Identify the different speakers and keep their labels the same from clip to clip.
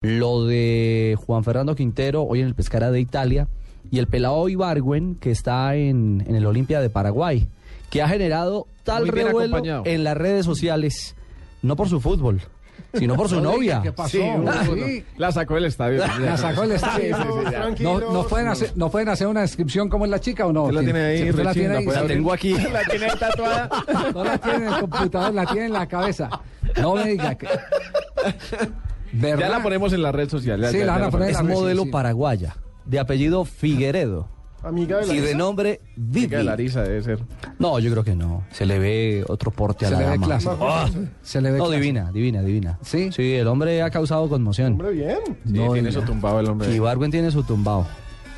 Speaker 1: lo de Juan Fernando Quintero hoy en el Pescara de Italia y el pelado Ibargüen que está en, en el Olimpia de Paraguay, que ha generado tal
Speaker 2: Muy bien
Speaker 1: revuelo
Speaker 2: acompañado.
Speaker 1: en las redes sociales, no por su fútbol, sino por su novia.
Speaker 3: ¿Qué pasó?
Speaker 2: Sí, hubo-
Speaker 3: Ah, Sí.
Speaker 2: La sacó del estadio.
Speaker 3: La sacó el estadio.
Speaker 2: Sí, sí, sí, ya.
Speaker 3: no, ¿nos, pueden hacer, ¿Nos pueden hacer una descripción cómo es la chica o no?
Speaker 2: Usted la tiene ahí,
Speaker 3: ¿Usted la
Speaker 2: Richie,
Speaker 3: tiene
Speaker 2: la
Speaker 3: ahí?
Speaker 2: puede
Speaker 3: Sí.
Speaker 2: abrir.
Speaker 4: Tengo aquí. La tiene tatuada.
Speaker 3: No la tiene en el computador, la tiene en la cabeza. No me diga que... ¿Verdad?
Speaker 2: Ya la ponemos en la red social. ya-
Speaker 3: Sí,
Speaker 2: ya-
Speaker 3: la
Speaker 2: ya
Speaker 3: van a poner en
Speaker 1: Es
Speaker 3: la red,
Speaker 1: modelo
Speaker 3: sí, sí.
Speaker 1: paraguaya, de apellido Figueredo
Speaker 5: Amiga de la
Speaker 1: y de
Speaker 5: Isa.
Speaker 1: nombre
Speaker 2: Chica de
Speaker 1: Vivi.
Speaker 2: Larisa debe ser.
Speaker 1: No, yo creo que no. Se le ve otro porte a
Speaker 3: Se
Speaker 1: la
Speaker 3: le ve
Speaker 1: dama.
Speaker 3: clase.
Speaker 2: Oh.
Speaker 1: Ah,
Speaker 3: Se le ve
Speaker 1: no,
Speaker 3: clase.
Speaker 1: divina, divina, divina.
Speaker 3: ¿Sí?
Speaker 1: Sí, el hombre ha causado conmoción.
Speaker 5: Hombre, bien.
Speaker 2: Sí,
Speaker 3: No,
Speaker 2: tiene
Speaker 3: ya.
Speaker 2: eso tumbado el hombre.
Speaker 1: Ibargüen tiene su tumbao.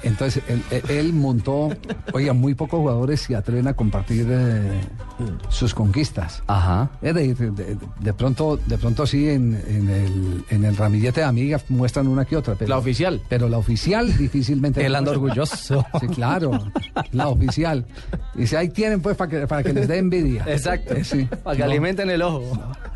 Speaker 3: Entonces, él, él- él montó... Oiga, muy pocos jugadores se atreven a compartir eh, sus conquistas.
Speaker 1: Ajá.
Speaker 3: Es de, de- de pronto, de pronto sí, en, en el, en el ramillete de amigas muestran una que otra. Pero,
Speaker 2: La oficial.
Speaker 3: Pero la oficial difícilmente. la
Speaker 1: Él anda
Speaker 3: muestra.
Speaker 1: orgulloso.
Speaker 3: Sí, claro, la oficial. Y si ahí tienen, pues, para que, para que les dé envidia.
Speaker 1: Exacto.
Speaker 3: Eh, sí.
Speaker 1: Para que
Speaker 3: No.
Speaker 1: alimenten el ojo.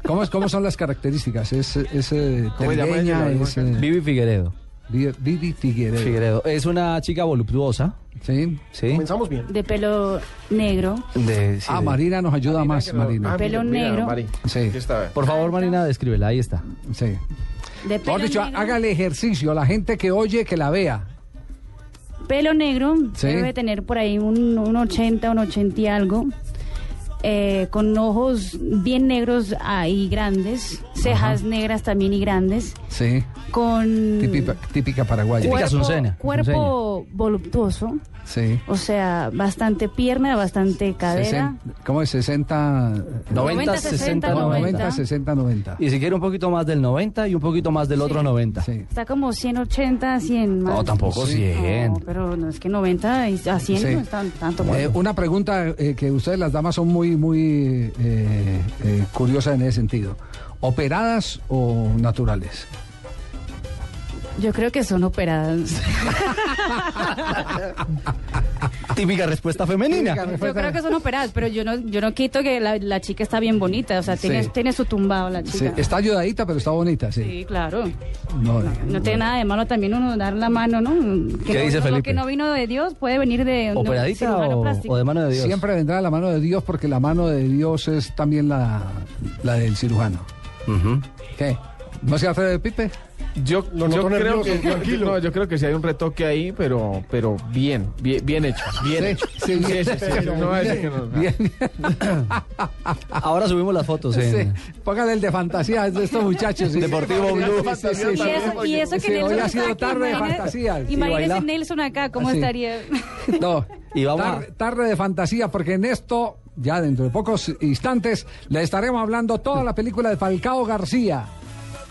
Speaker 3: ¿Cómo, es- ¿Cómo son las características? ¿Es, es eh,
Speaker 2: ¿Cómo se llama
Speaker 3: trigueña,
Speaker 2: ella?
Speaker 3: es, eh,
Speaker 1: Vivi Figueredo.
Speaker 3: Vi- Vivi Figueredo?
Speaker 1: Figueredo. Es una chica voluptuosa,
Speaker 3: Sí.
Speaker 1: ¿sí?
Speaker 5: Comenzamos bien.
Speaker 6: de pelo negro,
Speaker 1: De- sí,
Speaker 3: Ah,
Speaker 1: de-
Speaker 3: Marina nos ayuda más, Marina.
Speaker 2: Ah,
Speaker 6: Pelo
Speaker 2: mira,
Speaker 6: negro.
Speaker 2: Mari.
Speaker 3: Sí,
Speaker 2: Aquí está.
Speaker 1: Por favor, Marina, descríbela. Ahí está.
Speaker 3: sí.
Speaker 6: de
Speaker 3: Mejor
Speaker 6: pelo
Speaker 3: dicho,
Speaker 6: negro,
Speaker 3: hágale ejercicio. La gente que oye, que la vea.
Speaker 6: pelo negro,
Speaker 3: Sí.
Speaker 6: debe tener por ahí un, un 80, un 80 y algo, eh, con ojos bien negros ahí grandes, cejas negras también y grandes,
Speaker 3: Sí.
Speaker 6: con
Speaker 3: Típica, típica paraguaya.
Speaker 1: Típica Azucena,
Speaker 6: cuerpo voluptuoso,
Speaker 3: Sí.
Speaker 6: o sea, bastante pierna, bastante cadera.
Speaker 3: Sesen- ¿Cómo es? 60...
Speaker 1: No,
Speaker 6: 90, 60,
Speaker 3: 90,
Speaker 6: 90.
Speaker 3: 60, 90.
Speaker 1: Y si quiere un poquito más del 90 y un poquito más del otro 90.
Speaker 3: Sí.
Speaker 6: Está como 180, 100 más.
Speaker 1: No, tampoco
Speaker 3: Sí.
Speaker 1: 100.
Speaker 6: No, pero no es que 90 y a 100
Speaker 3: Sí.
Speaker 6: no están tanto.
Speaker 3: Eh, una pregunta eh, que ustedes las damas son muy, muy eh, eh, curiosas en ese sentido. ¿Operadas o naturales?
Speaker 6: Yo creo que son operadas.
Speaker 1: Típica respuesta femenina.
Speaker 6: Yo creo que son operadas, pero yo no, yo no quito que la, la chica está bien bonita, o sea, tiene,
Speaker 3: Sí.
Speaker 6: tiene su tumbado la
Speaker 3: Sí,
Speaker 6: chica. Sí,
Speaker 3: está ayudadita, pero está bonita, sí.
Speaker 6: claro.
Speaker 3: No,
Speaker 6: No tiene nada de malo también uno dar la mano, ¿no? Que
Speaker 1: ¿Qué
Speaker 6: no-
Speaker 1: dice
Speaker 6: no- Lo
Speaker 1: Felipe?
Speaker 6: que no vino de Dios puede venir de un
Speaker 1: ¿Operadita
Speaker 6: cirujano
Speaker 1: o,
Speaker 6: plástico.
Speaker 1: o de mano de Dios?
Speaker 3: Siempre vendrá la mano de Dios porque la mano de Dios es también la, la del cirujano.
Speaker 1: Ujú. Ah.
Speaker 3: ¿Qué? ¿No se hace Pipe?
Speaker 2: Yo,
Speaker 5: Lo
Speaker 2: yo
Speaker 5: noto
Speaker 2: creo
Speaker 5: nervioso,
Speaker 2: que,
Speaker 5: tranquilo.
Speaker 2: no, yo creo que sí hay un retoque ahí, pero, pero bien, bien, bien hecho. Bien
Speaker 3: Sí,
Speaker 2: hecho.
Speaker 3: sí, bien.
Speaker 2: no va a decir que no.
Speaker 3: Bien.
Speaker 1: Ahora subimos las fotos. en-
Speaker 3: Sí, Póngale el de fantasías de estos muchachos. sí.
Speaker 1: Deportivo
Speaker 3: Sí,
Speaker 1: Blue.
Speaker 3: sí, sí,
Speaker 6: Y
Speaker 3: sí.
Speaker 6: eso, y eso que
Speaker 3: Sí,
Speaker 6: Nelson
Speaker 3: hoy ha
Speaker 6: está
Speaker 3: sido
Speaker 6: aquí,
Speaker 3: tarde de
Speaker 6: imagínate-
Speaker 3: fantasías.
Speaker 6: Imagínese
Speaker 1: baila.
Speaker 6: Nelson acá, ¿cómo
Speaker 3: Así.
Speaker 6: estaría?
Speaker 3: No,
Speaker 1: Y vamos
Speaker 3: tar-
Speaker 1: a-
Speaker 3: tarde de fantasía, porque en esto, ya dentro de pocos instantes, le estaremos hablando toda la película de Falcao García.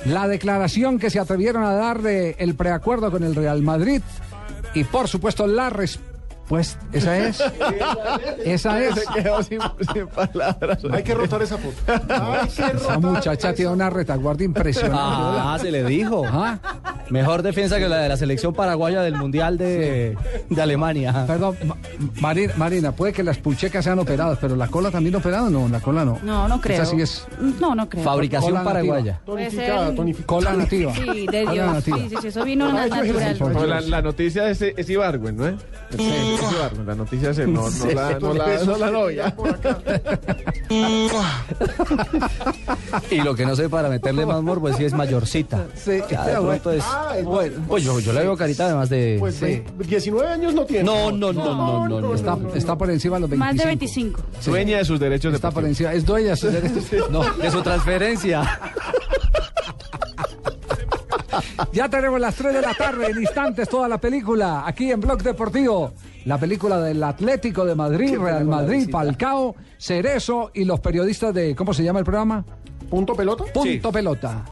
Speaker 3: La declaración que se atrevieron a dar de el preacuerdo con el Real Madrid. Y por supuesto, la respuesta. ¿Esa es? Esa es.
Speaker 2: Quedó sin, sin palabras.
Speaker 5: Hay que rotar esa foto. Hay que
Speaker 3: Esa
Speaker 5: rotar.
Speaker 3: muchacha tiene una retaguardia impresionante. Ah,
Speaker 1: Ah, se le dijo.
Speaker 3: Ajá.
Speaker 1: Mejor defensa que la de la selección paraguaya del Mundial de, de Alemania.
Speaker 3: Perdón, Ma- Marina, Marina, puede que las puchecas sean operadas, pero la cola también operada, no, la cola no.
Speaker 6: No, no creo.
Speaker 3: Esa sí es
Speaker 6: No, no creo.
Speaker 1: Fabricación
Speaker 3: Hola, nativa.
Speaker 1: paraguaya.
Speaker 6: Puede
Speaker 5: Tonificada,
Speaker 6: ser-
Speaker 5: tonificada.
Speaker 3: cola nativa.
Speaker 6: Sí, de
Speaker 3: Cola
Speaker 6: Dios. Sí,
Speaker 3: nativa.
Speaker 6: sí, sí, eso vino
Speaker 5: Ah, yo
Speaker 6: natural.
Speaker 5: ejercicio.
Speaker 2: Pero la, la noticia es, es Ibargüen, ¿no? Es, es Ibargüen, la noticia es él, no, no, la, no, la, no la novia.
Speaker 5: Por acá.
Speaker 1: Y lo que no sé para meterle más morbo es si es mayorcita.
Speaker 3: Sí,
Speaker 1: Ya, de pronto es-
Speaker 5: Ah, es-
Speaker 1: Oye, yo, yo le veo carita además de.
Speaker 5: Pues
Speaker 3: Sí.
Speaker 5: 19 años no tiene.
Speaker 1: No, no, no, no, no, no.
Speaker 3: Está, está por encima de los 25.
Speaker 6: Más de 25.
Speaker 2: Dueña de sus derechos
Speaker 3: Está por
Speaker 2: deportivos.
Speaker 3: encima, es dueña de este- sus derechos. No,
Speaker 1: De su transferencia.
Speaker 3: ya tenemos las 3 de la tarde, en instantes, toda la película, aquí en Blog Deportivo. La película del Atlético de Madrid, Real Madrid, Falcao, Cerezo y los periodistas de, ¿cómo se llama el programa?
Speaker 5: Punto pelota.
Speaker 3: Punto Pelota.